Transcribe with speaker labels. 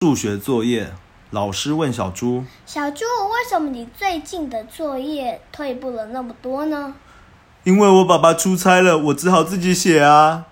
Speaker 1: 数学作业，老师问小猪
Speaker 2: 小猪，为什么你最近的作业退步了那么多呢？：“
Speaker 1: 因为我爸爸出差了，我只好自己写啊。”